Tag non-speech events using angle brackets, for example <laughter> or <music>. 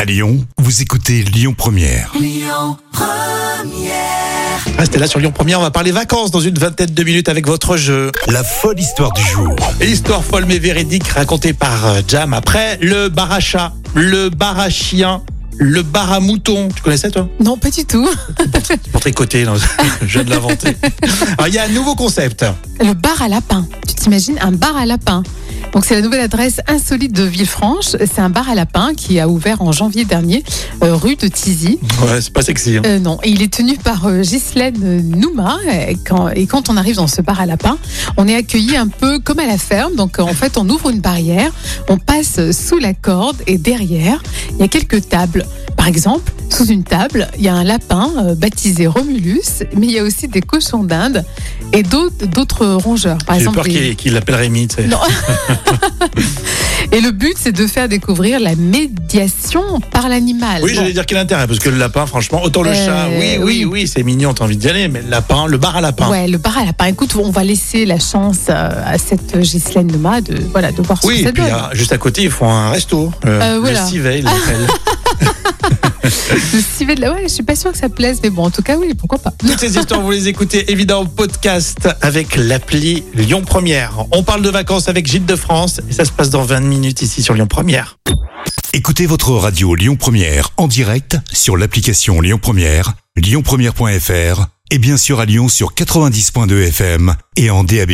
À Lyon, vous écoutez Lyon Première. Restez là sur Lyon Première, on va parler vacances dans une vingtaine de minutes avec votre jeu. La folle histoire du jour. Et Histoire folle mais véridique racontée par euh, Jam après le bar à chat, le bar à chien, le bar à mouton. Tu connaissais toi Non, pas du tout. C'est Pour tricoter, <laughs> non, je viens de l'inventer. Alors il y a un nouveau concept. Le bar à lapin. Tu t'imagines un bar à lapin donc c'est la nouvelle adresse insolite de Villefranche. C'est un bar à lapin qui a ouvert en janvier dernier, euh, rue de Tizy. Ouais, c'est pas sexy. hein. Euh, non, et il est tenu par euh, Ghislaine Nouma. Et quand, et quand on arrive dans ce bar à lapin, on est accueilli un peu comme à la ferme. Donc euh, en fait, on ouvre une barrière, on passe sous la corde et derrière, il y a quelques tables. Par exemple, sous une table, il y a un lapin euh, baptisé Romulus, mais il y a aussi des cochons d'Inde et d'autres d'autres rongeurs. Par J'ai exemple, peur des- qu'il qu'il l'appelle Rémi. tu sais. Non. Et le but, c'est de faire découvrir la médiation par l'animal. Oui, Bon. j'allais dire quel intérêt, parce que le lapin, franchement, autant le Euh, chat, oui, oui, oui, oui. c'est mignon, t'as envie d'y aller, mais le lapin, le bar à lapin. Ouais, le bar à lapin. Écoute, on va laisser la chance euh, à cette Ghislaine Noma de, voilà, de voir ce Oui, que et ça puis donne. ah, juste à côté, ils font un resto. euh, Euh, Le voilà. civet, <laughs> ils l'appellent. Le civet de la... Ouais, je suis pas sûre que ça plaise, mais bon, en tout cas, oui, pourquoi pas. Toutes ces histoires, vous les écoutez évidemment en podcast avec l'appli Lyon Première. On parle de vacances avec Gilles de France et ça se passe dans 20 minutes ici sur Lyon Première. Écoutez votre radio Lyon Première en direct sur l'application Lyon Première, lyonpremière.fr et bien sûr à Lyon sur 90.2 FM et en DAB+.